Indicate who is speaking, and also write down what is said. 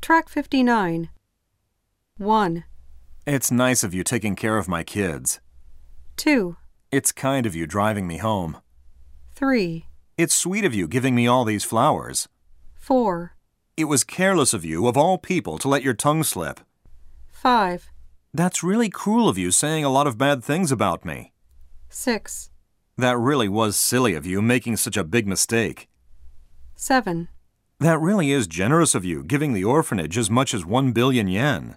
Speaker 1: Track 59. 1,
Speaker 2: It's nice of you taking care of my kids.
Speaker 1: 2,
Speaker 2: It's kind of you driving me home.
Speaker 1: 3,
Speaker 2: It's sweet of you giving me all these flowers.
Speaker 1: 4,
Speaker 2: It was careless of you, of all people, to let your tongue slip.
Speaker 1: 5,
Speaker 2: That's really cruel of you saying a lot of bad things about me.
Speaker 1: 6,
Speaker 2: That really was silly of you making such a big mistake.
Speaker 1: 7.
Speaker 2: That really is generous of you giving the orphanage as much as one billion yen.